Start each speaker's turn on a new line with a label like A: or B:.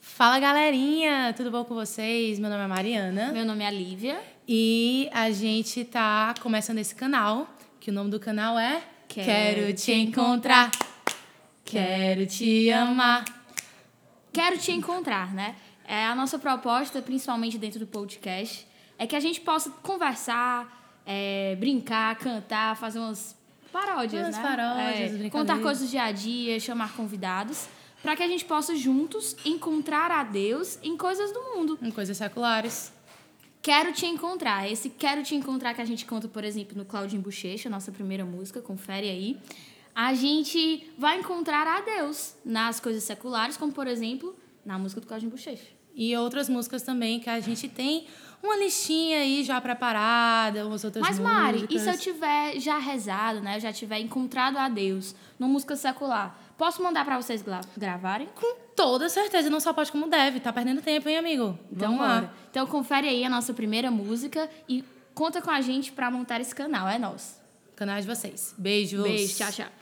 A: Fala galerinha, tudo bom com vocês? Meu nome é Mariana
B: Meu nome é Lívia.
A: e a gente tá começando esse canal, que o nome do canal é
B: Quero
A: te encontrar, quero te amar.
B: Quero te encontrar, né? É, a nossa proposta, principalmente dentro do podcast, é que a gente possa conversar, é, brincar, cantar, fazer umas paródias,
A: Umas
B: né?
A: paródias, brincadeiras.
B: contar coisas do dia a dia, chamar convidados, para que a gente possa juntos encontrar a Deus em coisas do mundo.
A: Em coisas seculares.
B: Quero te encontrar. Esse quero te encontrar que a gente conta, por exemplo, no Claudinho Bochecha, nossa primeira música, confere aí. A gente vai encontrar a Deus nas coisas seculares, como por exemplo, na música do Claudinho Bochecha.
A: E outras músicas também que a gente tem uma listinha aí já preparada, umas outras
B: Mas
A: músicas.
B: Mari, e se eu tiver já rezado, né? Eu já tiver encontrado a Deus numa música secular. Posso mandar pra vocês gra- gravarem?
A: Com toda certeza, não só pode como deve. Tá perdendo tempo, hein, amigo?
B: Então,
A: Vamos lá.
B: bora. Então confere aí a nossa primeira música e conta com a gente pra montar esse canal, é nosso.
A: Canais de vocês. Beijos.
B: Beijo, tchau, tchau.